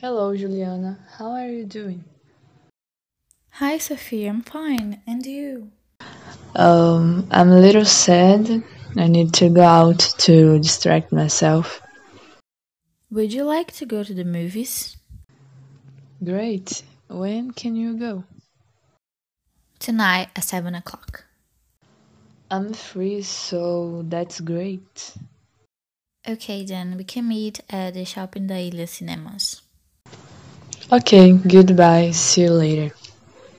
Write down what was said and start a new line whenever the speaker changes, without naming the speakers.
Hello, Juliana. How are you doing?
Hi, Sophie. I'm fine. And you?
Um, I'm a little sad. I need to go out to distract myself.
Would you like to go to the movies?
Great. When can you go?
Tonight at 7 o'clock.
I'm free, so that's great.
Okay, then we can meet at the Shopping da Ilha Cinemas.
Okay, goodbye. See you later.